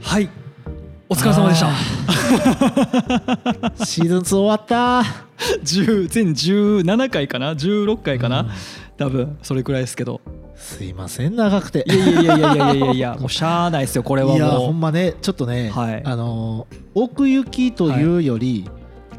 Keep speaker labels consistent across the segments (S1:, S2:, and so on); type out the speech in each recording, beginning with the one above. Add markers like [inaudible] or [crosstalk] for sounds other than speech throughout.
S1: はいお疲れ様でした [laughs]
S2: あシーズン2終わった
S1: 10全17回かな16回かな、多分それくらいですけど
S2: すいません長くて
S1: いやいやいやいやいやいやいやもうしゃあないですよこれはい
S2: やほ
S1: も
S2: んまねちょっとね、
S1: はい
S2: あのー奥行きというより、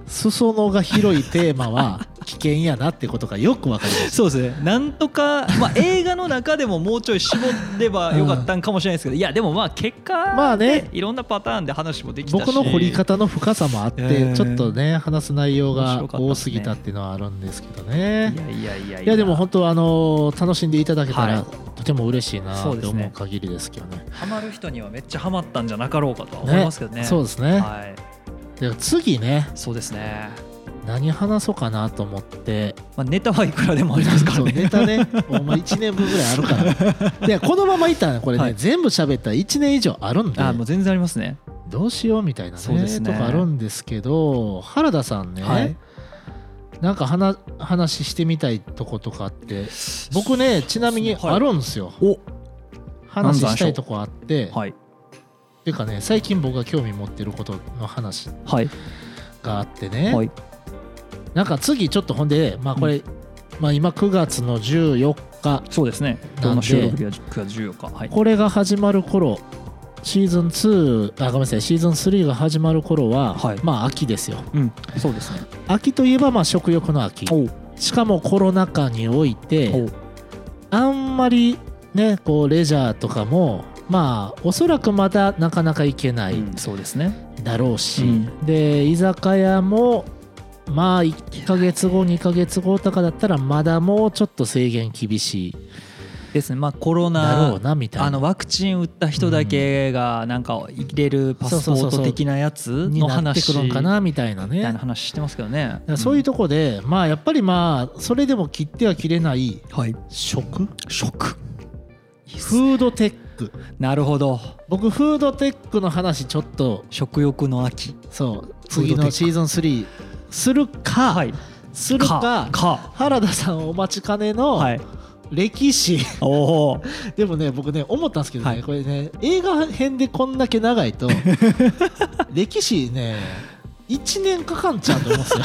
S2: 裾野が広いテーマ [laughs] は危険やなってことがよくわかりま
S1: う
S2: し
S1: そうですねなんとか、まあ、映画の中でももうちょい絞ればよかったんかもしれないですけど、いやでもまあ結
S2: た [laughs] ま
S1: 果
S2: あね
S1: いろんなパターンで話もできたし
S2: 僕の掘り方の深さもあって、
S1: うん
S2: ちょっとね話す内容
S1: 面
S2: が
S1: 白かったっすね
S2: 多すぎたっていうのはあるんですけど
S1: い
S2: ね
S1: やいやいやい
S2: いやでも本当あのー楽しんでいただけたら、
S1: は
S2: とても嬉しいな
S1: そう
S2: っ
S1: で
S2: て
S1: すね
S2: 思う限りですけどね。
S1: ハマる人にはめっちゃハマったんじゃなかろうかとは思いますけどね
S2: そうですね。
S1: はい
S2: で次ね
S1: そうですね、
S2: 何話そうかなと思って、
S1: まあ、ネタはいくらでもありますから
S2: そう
S1: ね
S2: ネタね、お前1年分ぐらいあ
S1: [laughs]
S2: るから。でこのままいったらねこれね、
S1: はい
S2: 全部喋ったら1年以上あるん
S1: [laughs]
S2: で
S1: あーもう全然ありますね
S2: どうしようみたいな
S1: そうで
S2: ね
S1: すね
S2: とかあるんですけど原田さんね、
S1: はい
S2: なんか話話してみたいとことかあって僕ねちなみに
S1: はい
S2: あるんですよ。
S1: お
S2: 話したいとこあって。
S1: はい
S2: ていうかね最近僕が興味持ってることの話
S1: はい
S2: があってね、
S1: はい
S2: なんか次ちょっとほんでまあこれ、まあ、今9月の14日
S1: そうですね
S2: なんで
S1: この収録日は14日はい
S2: これが始まる頃シーズン2あごめんなさいシーズン3が始まる頃は、
S1: はい
S2: まあ秋ですよ
S1: うんそうですね
S2: 秋といえばまあ食欲の秋
S1: おう
S2: しかもコロナ禍におい
S1: お
S2: て
S1: う
S2: あんまりねこうレジャーとかもまあおそらくまだなかなか行けない
S1: うんそうですね
S2: だろうし、
S1: うん
S2: で居酒屋もまあ1ヶ月後2ヶ月後とかだったらまだもうちょっと制限厳しい
S1: ですねまあコロ
S2: だろう
S1: ナ
S2: なみた
S1: あ
S2: いな
S1: のワクチン打った人だけがなんか入れるパスポ
S2: そうそう
S1: ー
S2: そうそ
S1: ト
S2: う
S1: 的なやつ
S2: に
S1: の
S2: なってく
S1: 話
S2: るんかなみたいな
S1: み
S2: ね
S1: たいな話してますけどね
S2: だからそういうとこで、まあやっぱりまあそれでも切っては切れない
S1: うんはい
S2: 食
S1: 食いいっす
S2: フードテック
S1: なるほど
S2: 僕フードテックの話ちょっと
S1: 食欲の秋
S2: そう
S1: フードテック
S2: 次のシーズン3するか、
S1: はい
S2: するか
S1: か
S2: 原田さんお待ちかねの
S1: はい
S2: 歴史、
S1: おお
S2: [laughs] でもね僕ね思ったんですけどね、
S1: はい
S2: これね映画編でこんだけ
S1: [laughs]
S2: 長いと歴史ね1年かかんちゃうと思うんです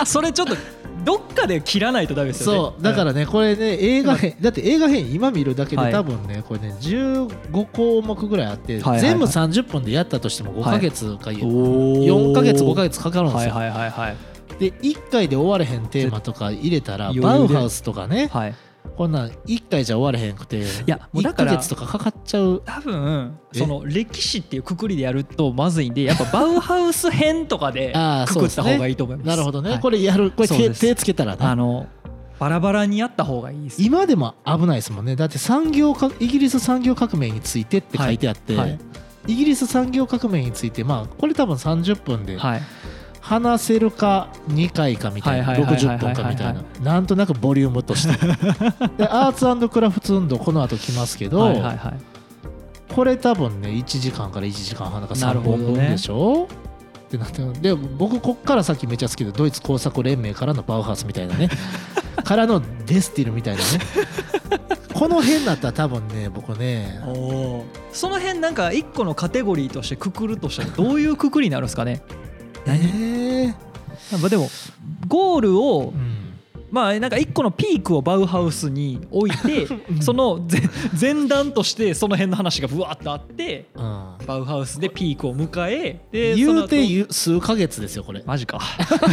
S2: よ
S1: それちょっとどっかで切らないとダメですよね
S2: そうだからねこれね映画編だって映画編今見るだけ
S1: は
S2: で
S1: い
S2: 多分ねこれね15項目ぐらいあって、
S1: はいはい
S2: 全部30分でやったとしても5
S1: はい
S2: ヶ月か、
S1: 4
S2: 4ヶ月5ヶ
S1: 月
S2: 月かかるんです
S1: はい
S2: よ、
S1: はいはいはい
S2: で1回で終われへんテーマとか入れたら
S1: 余裕で
S2: バウハウスとかね
S1: はいい
S2: こんなん1回じゃ終われへんくて1
S1: やもうだか
S2: ヶ
S1: ら
S2: 月とかかかっちゃう
S1: 多分
S2: え
S1: その歴史っていうくくりでやるとまずいんでやっぱバウハウス編とかで
S2: あー
S1: くくった
S2: そうですね
S1: 方がいいと思います
S2: なるほどね、
S1: はい
S2: これやるこれ
S1: そう
S2: 手
S1: です
S2: 手つけたら
S1: あ
S2: な
S1: のバラバラにやった方がいいです
S2: 今でも危ないですもんねだって産業かイギリス産業革命についてって書いてあって、
S1: はいはい
S2: イギリス産業革命についてまあこれ多分30分で
S1: はい
S2: 話せるか2回かみたい
S1: は
S2: な
S1: は
S2: い
S1: いはいはいはい
S2: 60分かみたい
S1: は
S2: ないなんとなくボリュームとして
S1: [laughs]
S2: でアーツクラフト運動この後来ますけど、
S1: はいはいはい
S2: これ多分ね1時間から1時間半なんか
S1: なる
S2: 3
S1: ほど
S2: 本
S1: ね
S2: 分でしょ、ってなってで僕こっからさっきめっちゃ好きでドイツ工作連盟からのバウハウスみた
S1: [laughs]
S2: いなねからのデスティルみたいなねこの辺だったら多分ね僕ね
S1: おーその辺なんか一個のカテゴリーとしてくくるとしたらどういうくくりになるんですかね
S2: えー
S1: やっぱでもゴールを
S2: うん
S1: まあなんか一個のピークをバウハウスに置い [laughs] て
S2: ん
S1: その前前段としてその辺の話がぶわっとあって
S2: うん
S1: バウハウスでピークを迎えでその
S2: 言
S1: 後
S2: うて言う数ヶ月ですよこれ
S1: マジか [laughs]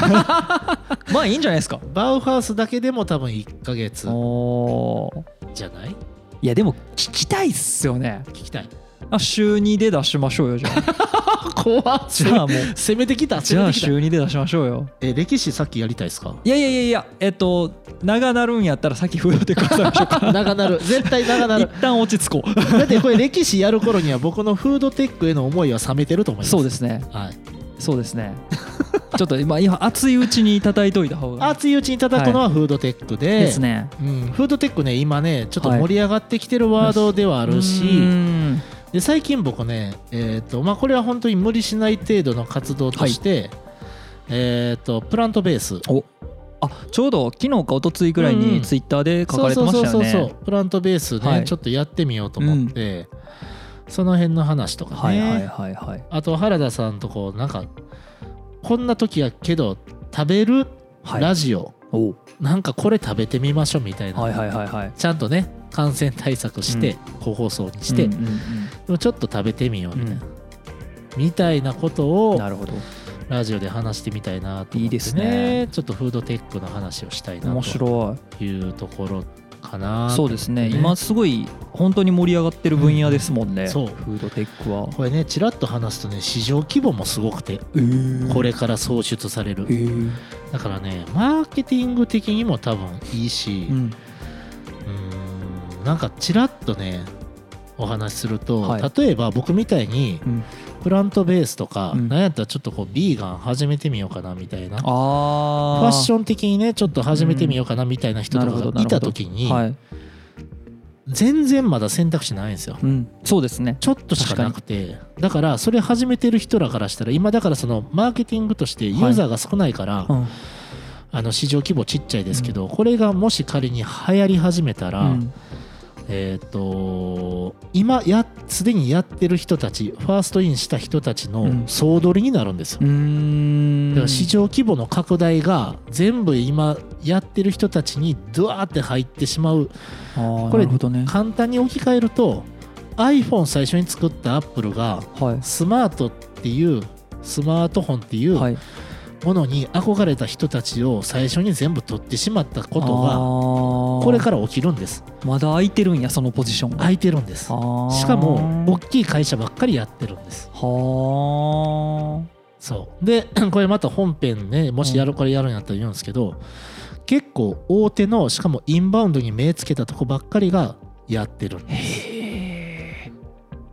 S1: まあいいんじゃないですか
S2: バウハウスだけでも多分1ヶ月
S1: おー
S2: じゃない
S1: いやでも聞きたいっすよね
S2: 聞きたい
S1: あ週2で出しましょうよじゃあ
S2: 怖っ
S1: [laughs] じゃあもう
S2: 攻めてき
S1: [laughs]
S2: た
S1: じ
S2: 攻
S1: ゃ
S2: め
S1: あ
S2: てきた
S1: 週2で出しましょうよ
S2: え歴史さっきやりたいですか
S1: いやいやいやいやえっと長なるんやったら先増えてくださいま [laughs] しょうか
S2: 長なる絶対長な
S1: 一
S2: る
S1: 旦落ち着こ
S2: [laughs]
S1: う
S2: だってこれ歴史やる頃には僕のフードテックへの思いは冷めてると思いま
S1: [laughs]
S2: す
S1: そうですね
S2: はい、
S1: そうです [laughs] ねちょっと今今熱いうちに叩いといた方が
S2: 熱いうちに叩くのはフードテックで、
S1: ですね
S2: うん、フードテックね今ねちょっと盛り上がってきてるワードではあ
S1: あ
S2: るし、で最近僕ね、えーとまあ、これは本当に無理しない程度の活動として、えー、とプラントベース
S1: おあちょうど昨日か一昨日ぐらい
S2: うんう
S1: に
S2: ん
S1: ツイッターで書かれてましたよ
S2: そうそうそう
S1: ね
S2: そうプラントベースね、
S1: はい
S2: ちょっとやってみようと思って、その辺の話とかね、
S1: はいはいはいはい
S2: あと原田さんとこうなんかこんな時やけど食べる
S1: はい
S2: ラジオ、
S1: おう
S2: なんかこれ食べてみましょうみたいな、
S1: はいはいはいはい
S2: ちゃんとね感染対策して、個放送にして、
S1: うん
S2: で
S1: うん
S2: もちょっと食べてみようみたいな、
S1: う
S2: みたいなこと
S1: うん
S2: を
S1: なるほど
S2: ラジオで話してみたいなと思って、ね、
S1: いいですね
S2: ちょっとフードテックの話をしたいな
S1: 面白
S2: というところか
S1: い
S2: な
S1: そうですね
S2: ね
S1: 今すごい本当に盛り上がってる分野ですもんね、
S2: そう
S1: フードテックは
S2: これねちらっと話すとね市場規模もすごくてこれから創出される、
S1: えー
S2: だからねマーケティング的にも多分いいし、
S1: うん
S2: うーんなんかちらっとねお話しすると、
S1: はい
S2: 例えば僕みたいに
S1: うん
S2: プラントベースとか、
S1: うん
S2: なんやったらちょっとこうビーガン始めてみようかなみたいなファ
S1: あ
S2: ッシ
S1: ョ
S2: ョン的にねちょっと始めてみようかなみたいな人
S1: な
S2: と
S1: るほ
S2: か
S1: ど
S2: が
S1: ないるほ
S2: た
S1: ど
S2: 時に、
S1: はい、
S2: 全然まだ選択肢ないんですよ。
S1: うん、そうですね
S2: ちょっとしかなくてだからそれ始めてる人らからしたら今だからそのマーケティングとしてユーザーが少ないから、
S1: うん
S2: あの市場規模ちっちゃいですけど、これがもし仮に流行り始めたら、
S1: うん
S2: えー、と今やすでにやってる人たちファーストインした人たち
S1: う
S2: の
S1: ん
S2: 総取りになるんですよ、
S1: うーん
S2: だから市場規模の拡大が全部今やってる人たちにドワーって入ってしまうこ
S1: こ
S2: れ
S1: れなるほどね
S2: 簡単に置き換えると iPhone 最初に作ったアップルが
S1: は
S2: スマートっていうスマートフォンってい
S1: い、
S2: う
S1: はい、
S2: ものに憧れた人たちを最初に全部取ってしまったことが
S1: が
S2: これから起きるんです
S1: まだ空いてるんやそのポジションが
S2: 空いてるんですし
S1: し
S2: かも大きい会社ばっかりやってるんです
S1: は
S2: そうで [clears throat] これまた本編ねもしやるこれやるんやったら言うんですけど、結構大手のしかもインバウンドに目つけたとこばっかりがやってる
S1: あへえ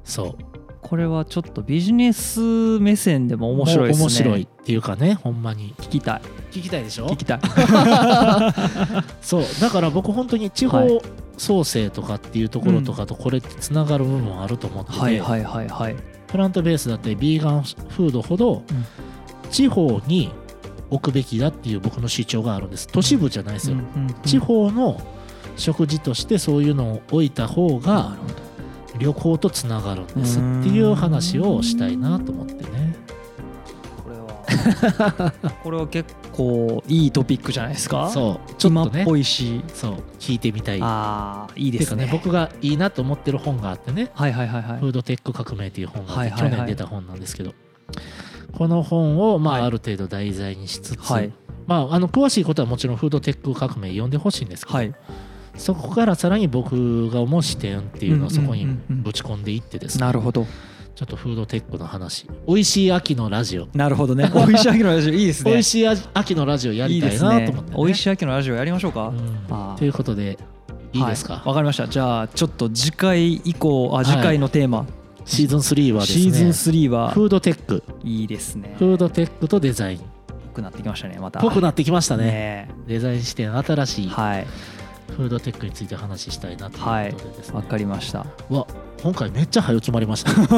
S2: そう
S1: これはちょっとビジネス目線でも面白いですね
S2: 面白いっていうかねほんまに
S1: 聞きたい
S2: 聞きたいでしょ
S1: 聞きたい
S2: そうだから僕本当に地
S1: は
S2: 方創生とかっていうところとかとこれってつながる部分あると思ってて、
S1: はいはいはいはい
S2: プラントベースだったりビーガンフードほど地方に置くべきだっていう僕の主張があるんです都市部じゃないですよ、地方の食事としてそういうのを置いた方
S1: が
S2: が旅行とつながるんですっていう話をしたいなと思ってね
S1: これは
S2: [laughs]
S1: これは結構いいトピックじゃないですか
S2: そうちょ
S1: 今
S2: っと
S1: っ
S2: ね
S1: ぽいし
S2: そう聞いてみたいっ
S1: ああいいで
S2: ていう
S1: す
S2: か
S1: ね
S2: ね僕がいいなと思ってる本があってね
S1: はいはいはいはい
S2: 「フードテック革命」っていう本があっ
S1: は
S2: て
S1: いはい
S2: 去
S1: はい
S2: 年出た本なんですけどこの本をま
S1: はい
S2: あある程度題材にしつつ
S1: はい
S2: まああの詳しいことはもちろん「フードテック革命」読んでほしいんですけど
S1: はい
S2: そこからさらに僕が思う視点っていうのをそこに
S1: うんうんうんうん
S2: ぶち込んでいってですね
S1: なるほど
S2: ちょっとフードテックの話。美味しい秋のラジオ。
S1: なるほど
S2: [laughs]
S1: ね。おいしい秋のラジオいいですね。
S2: 美味しい秋のラジオやりたいなと思って、ね。
S1: おいしい秋のラジオやりましょうか。
S2: うん
S1: あー
S2: ということで、いいですか、
S1: はわかりました。じゃあちょっと次回以降あ次回のテーマ、
S2: シーズン3はですね、
S1: シーズン3は
S2: フードテック、
S1: いいですね。
S2: フードテックとデザイン。
S1: 濃くなってきましたねまた。
S2: ぽくなってきましたね。
S1: ね
S2: デザイン視点新しい
S1: はい
S2: フードテックについて話したいなということでですね。
S1: わかりました。
S2: わ今回めっちゃ早決まりました、ね。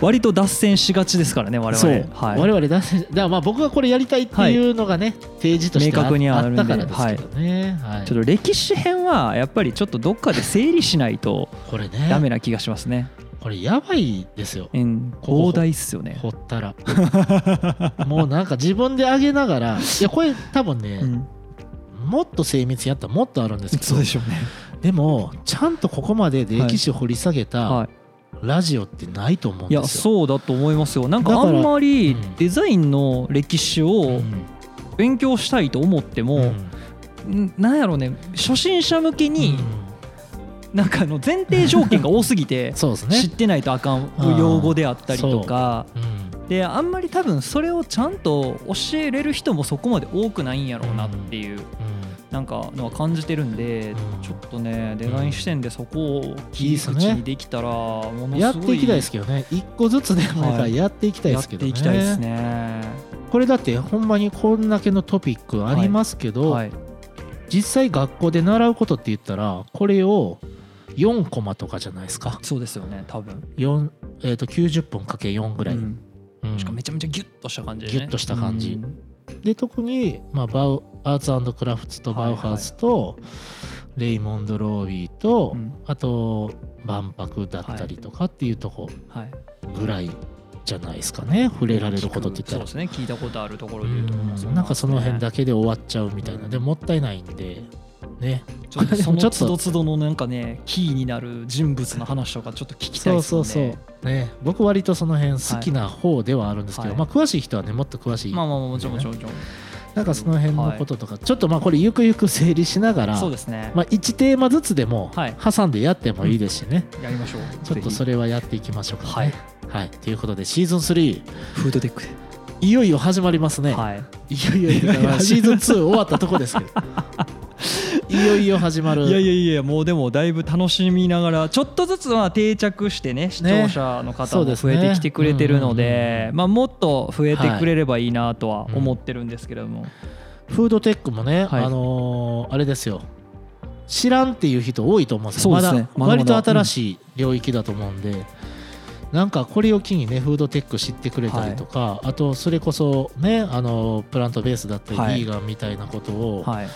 S1: 割と脱線しがちですからね我々。
S2: そう、
S1: はい。
S2: 我々だせだからまあ僕がこれやりたいっていうのがね、提示として
S1: 明確にあるんで
S2: ったからですけどね。はい
S1: ちょっと歴史編はやっぱりちょっとどっかで整理しないと
S2: これね
S1: ダメな気がしますね。
S2: これやばいですよ。
S1: うん、膨大っすよね。
S2: 掘ったら [laughs] もうなんか自分で上げながらいやこれ多分ね、
S1: うん、
S2: もっと精密にやったらもっとあるんですけ
S1: そう
S2: ど
S1: でしょうね。
S2: でもちゃんとここまで歴史を掘り下げた
S1: はい。
S2: ラジオってないと思うん
S1: いや
S2: ですよ。
S1: そうだと思いますよなんか
S2: だ
S1: あ
S2: から
S1: んまり
S2: うん
S1: デザインの歴史
S2: う
S1: を
S2: ん
S1: 勉強したいと思っても、
S2: うん
S1: んなんやろね初心者向け
S2: う
S1: に
S2: ん
S1: なんかあの前提条件が多すぎて
S2: [laughs] そうです
S1: 知っ
S2: ね。
S1: てないとあかん
S2: あー
S1: 用語であったりとか
S2: うん
S1: であんまり多分それをちゃんと教えれる人もそこまで多くないんやろうなっていう
S2: うん
S1: なんかのは感じてるんで
S2: うん
S1: ちょっとねデザイン視点でそこを切
S2: いい
S1: り
S2: っす
S1: 口
S2: ね
S1: にできたらものすごい
S2: やっていきたいですけどね一個ずつでもいいから
S1: はい
S2: やっていきたい
S1: や
S2: で
S1: っ
S2: すけど
S1: て
S2: ね,、
S1: いきたいですね。
S2: これだってほんまにこんだけのトピックありますけど、
S1: はい
S2: 実際学校で習うことって言ったらこれを4コマとかじゃないですか、
S1: そうですよね多分、
S2: 4えー、と90分かけ4ぐらい、
S1: うん
S2: うん
S1: しかもめちゃめちゃギュッとした感じで、ね、
S2: ギュッとした感じ
S1: うん
S2: で特に、まあ、バウアーツクラフツと
S1: は
S2: バ
S1: いは
S2: ウ
S1: い
S2: ハウスと、レイモンド・ロービーと、
S1: うん
S2: あと万博だったりとかっていうとこ
S1: はい、
S2: ぐらいじゃないですかね触れられることって言った
S1: そう
S2: ら
S1: ですね聞いたことあるところ
S2: う
S1: で言うと、まあ
S2: んなんかその辺だけで終わっちゃうみたいなでももったいないんでね
S1: ちょっと
S2: で
S1: そ
S2: も
S1: の
S2: [laughs] ちょっと
S1: 都度都度のなんかねキーになる人物の話とかちょっと聞きたいです
S2: そ
S1: よね
S2: うそうそうね僕割とその辺好きな方ではあるんですけど、
S1: はい
S2: まあ詳しい人はねもっと詳しい、
S1: まあまあまあもちろんもちろんもちろん
S2: なんかその辺のこととか、ちょっとまあこれゆくゆく整理しながら
S1: そうですね、
S2: まあ、1テーマずつでも
S1: はい
S2: 挟んでやってもいいですしね、
S1: やりましょう
S2: ちょっとそ
S1: れ
S2: れはやっていきましょうかね。
S1: はい、
S2: はい、ということでシーズン3
S1: フードテック
S2: いよいよ始まります
S1: で、
S2: ね、
S1: はい
S2: い、よいよっていうかまあシーズン2終わったとこ
S1: [laughs]
S2: ですけどいよいよ始まる
S1: いやいやいやもうでもだいぶ楽しみながらちょっとずつは定着してね視聴者の
S2: そ
S1: 方
S2: うで
S1: も
S2: す
S1: 増
S2: ね
S1: えてきてくれてるので,、
S2: うんうん
S1: まあ、もっと増えてくれればいいなとは思ってるんですけれども、
S2: フードテックもね、
S1: はい
S2: あのーあれですよ知らんっていう人多いと思うんです
S1: そ
S2: よ
S1: うですね
S2: ま
S1: まだ
S2: だ割
S1: まだ
S2: と新しい領域だと思うんで、なんかこれを機にねフードテック知ってくれたりとか、あとそれこそねあのープラントベースだったり、
S1: はい
S2: ビーガンみたいなことを、
S1: はい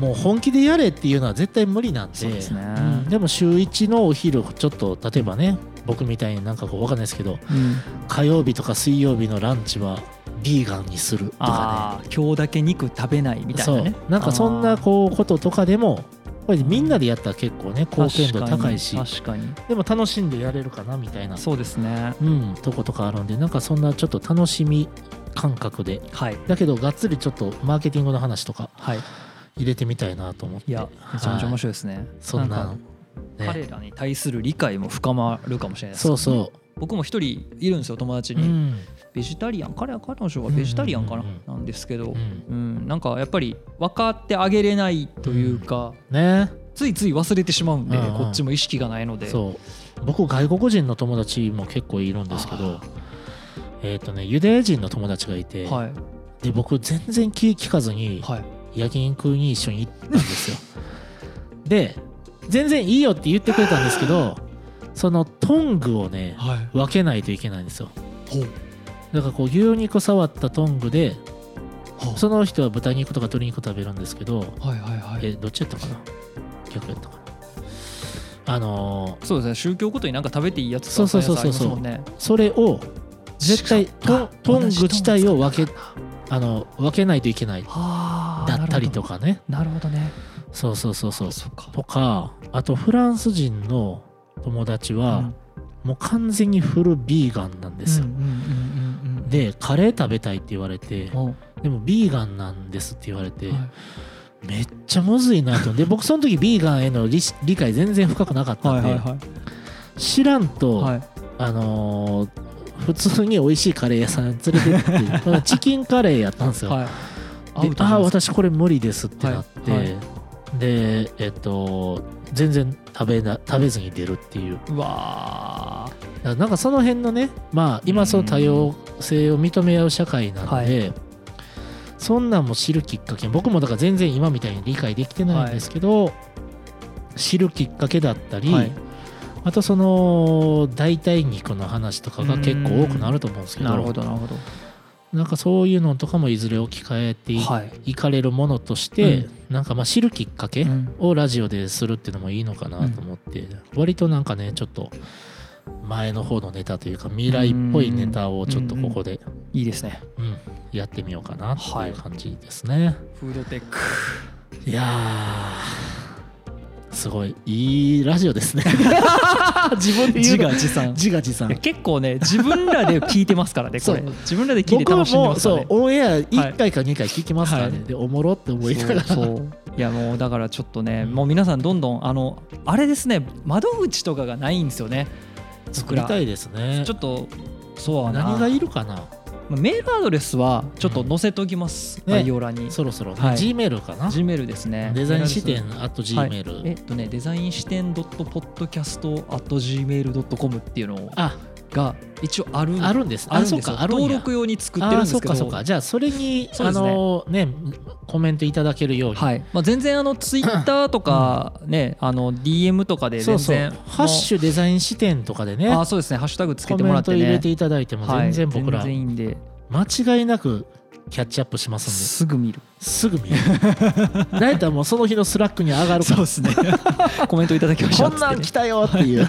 S2: もう本気でやれっていうのは絶対無理なんで
S1: そうですね
S2: んでも週1のお昼ちょっと例えばね僕みたいになんかこうわかんないですけど
S1: うん
S2: 火曜日とか水曜日のランチはビーガンにするとかね
S1: ああ今日だけ肉食べないみたいなね
S2: そうなんかそんなこうこととかでもこれみんなでやったら結構ね貢献度高いし
S1: 確かに確か
S2: でも楽しんでやれるかなみたいな
S1: にそうですね
S2: うんとことかあるんでなんかそんなちょっと楽しみ感覚で
S1: はい
S2: だけどがっつりちょっとマーケティングの話とか
S1: はい
S2: 入れてみたいなと思って
S1: いやめちゃめちゃ面白いですね、
S2: そん
S1: な
S2: なん
S1: か
S2: ね
S1: 彼らに対する理解も深まるかもしれないです
S2: そうそ
S1: 僕も一人いるんですよ友達
S2: う、う
S1: に、
S2: ん
S1: ベジタリアン彼は彼女はベジタリアンかな、
S2: うんうんうん
S1: なんですけど、
S2: う
S1: うん
S2: ん、
S1: なんかやっぱり分かってあげれないというか、
S2: ね
S1: ついつい忘れてしまうんで、
S2: うんうん
S1: こっちも意識がないので
S2: そう僕外国人の友達も結構いるんですけど
S1: あ
S2: えっ、とねユダヤ人の友達がいて、
S1: はい
S2: で僕全然気聞かずに
S1: はい
S2: 焼肉に一緒に行ったんですよで全然いいよって言ってくれたんですけどそのトングをね
S1: はい
S2: 分けないといけないんですよ
S1: ほう
S2: だからこう牛肉触ったトングで
S1: ほう
S2: その人は豚肉とか鶏肉食べるんですけど
S1: はいはいはい
S2: えどっちやったかな逆やったかなあのー
S1: そうですね宗教ごとになんか食べていいやつとか
S2: そうそうそうそうそう
S1: ありますもんね
S2: それを絶対トントング自体を分け
S1: は
S2: あの分けないといけない
S1: あ
S2: だったりと
S1: か
S2: かね
S1: なるほどね
S2: そうそうそうそう
S1: そうか
S2: とかあとフランス人の友達は、
S1: うん
S2: もう完全にフルビーガンなんですよ
S1: うん、うんうんうんうん
S2: でカレー食べたいって言われて
S1: お
S2: でもビーガンなんですって言われて、
S1: はい
S2: めっちゃむずいなと思って僕その時ビーガンへの理理解全然深くなかった
S1: は
S2: ん
S1: い
S2: で、
S1: はいは
S2: 知らんと、
S1: いはい
S2: あのー普通に美味しいカレー屋さん連れてっ
S1: [laughs]
S2: てチキンカレーやったんですよ、
S1: はい
S2: で
S1: ウトします
S2: ああー私これ無理ですってなって、
S1: はいは
S2: でえっと全然食べな食べずに出るっていう
S1: うわー
S2: だからなんかその辺のねまあ今その多様性を認め合う社会なので、そんなんも知るきっかけ僕もだから全然今みたいに理解できてないんですけど、知るきっかけだったり、
S1: はい
S2: あとその代替肉の話とかが結構多くなると思うんですけど
S1: なるほどなるほど
S2: なんかそういうのとかもいずれ置き換えてい,、
S1: はい
S2: かれるものとして、
S1: う
S2: なんかまあ知るきっかけ、
S1: うん
S2: をラジオでするっていうのもいいのかなと思って、割となんかねちょっと前の方のネタというか未来っぽいネタをちょっとここで、
S1: いいですね
S2: うんやってみようかなって
S1: はいいう
S2: 感じですね、
S1: フードテック
S2: い、やーすごいいいラジオですね自分で言う
S1: [laughs] 自
S2: の
S1: 画自賛
S2: 自画自賛
S1: 結構ね自分らで聞いてますからねこれ
S2: そう
S1: 自分らで聞いて
S2: 僕
S1: 楽
S2: は
S1: しんで
S2: も
S1: ま
S2: う
S1: すから
S2: そう
S1: ね
S2: オンエア1回か2回聞きますからね、
S1: はい
S2: でおもろって思いながら
S1: そうそういやもうだからちょっとねもう皆さんどんどんあのあれですね窓口とかがないんですよね
S2: 作りたいですね
S1: ちょっとそうはな
S2: 何がいるかな
S1: まあメールアドレスはちょっと載せておきます、
S2: うんね
S1: 概要欄に
S2: そろそろ、
S1: はい
S2: G メールかな
S1: G メールですね
S2: デザイン視
S1: メールアドレス
S2: 点 at G メ
S1: はい
S2: ール、
S1: えっとね、デザイン視点 .podcast.gmail.com っていうの
S2: あ
S1: が一応ある
S2: あるんです。
S1: あるん
S2: そ
S1: で
S2: う
S1: すよ
S2: か、あるんや
S1: 登録用に作ってるんですけど
S2: あーそうかそうか。じゃあそれに
S1: そう
S2: あ
S1: ですね
S2: のねコメントいただけるように。
S1: はいまあ、全然あのツイッターとか、ねあの DM とかで全
S2: そうそう。
S1: 然
S2: ハッシュデザイン視点とかでね
S1: あーそうですねハッシュタグつけ
S2: コ
S1: ても
S2: メ
S1: ら
S2: ン
S1: って
S2: ト入れ
S1: ね
S2: ていただいても
S1: はい
S2: 全然僕ら
S1: 全然いいんで
S2: 間違いなくキャッチアップしますんです
S1: ぐ見る
S2: すぐ見る [laughs] なんやったらもうその日のスラックに上がる
S1: そう
S2: か
S1: ですね [laughs] コメントいただきました
S2: ら
S1: っ
S2: こ
S1: つ
S2: ん
S1: っ
S2: な
S1: て
S2: ん
S1: ね
S2: 来たよっていう
S1: っ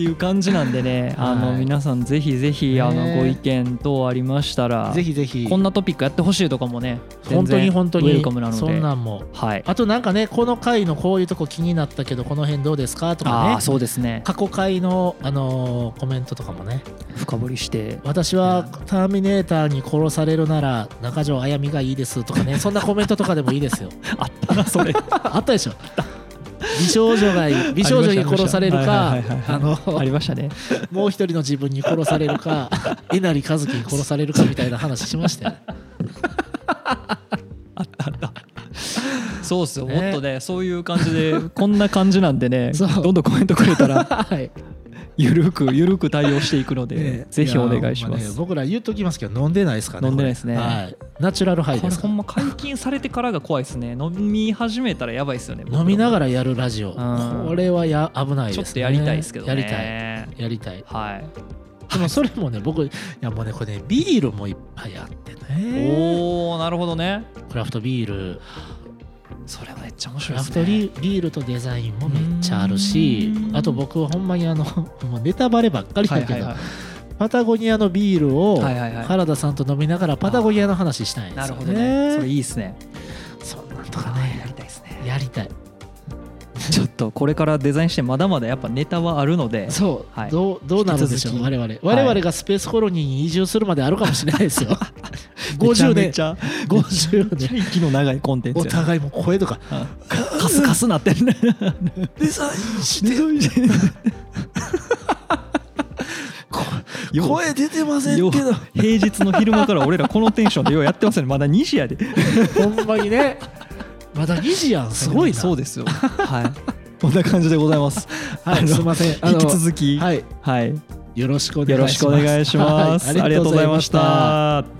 S1: ていう感じなんで [laughs] ねあの
S2: はい
S1: 皆さんぜひぜひあ
S2: ね
S1: のご意見等ありましたら
S2: [laughs] ぜひぜひ
S1: こんなトピックやってほしいとかもね
S2: 本当に本当
S1: 全然ウェ
S2: に
S1: ルカムなので
S2: そんなんも
S1: はい
S2: あとなんかねこの回のこういうとこ気になったけどこの辺どうですかと
S1: あ
S2: か
S1: あ
S2: ね
S1: そうですね
S2: 過去回の、あのーコメントとかもね
S1: 深掘りして
S2: 私は「ターミネーターに殺されるなら中条あやみがいいです」とかねそんなコメントとかでもいいですよ
S1: [laughs] あったなそれ
S2: あったでしょ美少女がいい美少女に殺されるか
S1: ありました
S2: あ
S1: ありました
S2: の
S1: ありましたね
S2: もう一人の自分に殺され
S1: [laughs]
S2: るかえなりかずきに殺されるかみたいな話しましたよね
S1: そうっすよ、
S2: ね
S1: もっとねそういう感じ [laughs] でこんな感じなんでね
S2: そう
S1: どんどんコメントくれたら
S2: [laughs] はい
S1: ゆるくゆるく対応していくので、
S2: ね
S1: ぜひお願いし
S2: やほん
S1: ま
S2: ね
S1: す。
S2: 僕ら言っときますけど飲んでないですからね
S1: 飲んでないですね
S2: これはいナチュラルハイ
S1: こ
S2: で
S1: れ
S2: すか
S1: ほ
S2: ら
S1: んま解禁されてからが怖いですね飲み始めたらやばいですよね
S2: 飲みなが
S1: ら
S2: らやるラジオ
S1: ん
S2: これはや危ないです
S1: ちょ
S2: ね
S1: っとやりたいですけどね
S2: やりたいやりたい
S1: はい
S2: でもそれもね僕い [laughs] やもうねこれねビールもいっぱいあってね
S1: おーなるほどね
S2: クラフトビール
S1: それめっちゃ面
S2: ク
S1: 白い
S2: ラ
S1: です
S2: フト
S1: ね
S2: リビールとデザインもめっちゃあるし
S1: うん
S2: あと僕はほんまにあの [laughs] もうネタバレばっかり
S1: は
S2: だ
S1: い
S2: け
S1: はい
S2: ど
S1: はい
S2: パタゴニアのビールを
S1: はいはいはい
S2: 原田さんと飲みながらパタゴニアの話したいんで
S1: な
S2: す
S1: る
S2: よ
S1: ほどねそれ
S2: ね
S1: いいですね
S2: そんなんとかね
S1: やりたいですね
S2: やりたい
S1: ちょっとこれからデザインしてまだまだやっぱネタはあるので
S2: そう、
S1: はい
S2: どうどうなるんでしょ
S1: 引
S2: う
S1: き
S2: 我々我々がスペースコロニーに移住するまであるかもしれないで
S1: [laughs]
S2: すよ50
S1: め
S2: 年
S1: ちゃめちゃ
S2: 50
S1: めちゃ
S2: 年
S1: 息の長いコンテンツ
S2: お
S1: や
S2: 互いもう声とか
S1: カスカスなってるね
S2: デザイン
S1: [laughs]
S2: して声出てま
S1: よう平日の昼間から俺らこのテンションでようやってますねまだ2時やで
S2: ほんまにねまだ2時やんすごいな
S1: そうですよはい [laughs] こんな感じでござい [laughs] ます
S2: は
S1: あ
S2: い
S1: の
S2: すいませんあ
S1: 引
S2: の
S1: き続き
S2: はい
S1: はい
S2: よろしくお願
S1: よ
S2: いしま
S1: ろ
S2: す
S1: しくお願いします
S2: は
S1: ありがとうございました